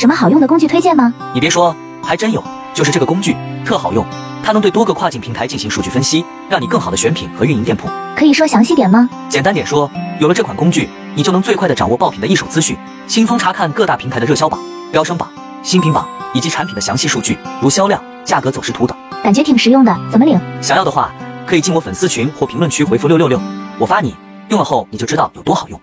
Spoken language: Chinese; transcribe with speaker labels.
Speaker 1: 什么好用的工具推荐吗？
Speaker 2: 你别说，还真有，就是这个工具特好用，它能对多个跨境平台进行数据分析，让你更好的选品和运营店铺。
Speaker 1: 可以说详细点吗？
Speaker 2: 简单点说，有了这款工具，你就能最快的掌握爆品的一手资讯，轻松查看各大平台的热销榜、飙升榜、新品榜以及产品的详细数据，如销量、价格走势图等。
Speaker 1: 感觉挺实用的，怎么领？
Speaker 2: 想要的话，可以进我粉丝群或评论区回复六六六，我发你，用了后你就知道有多好用。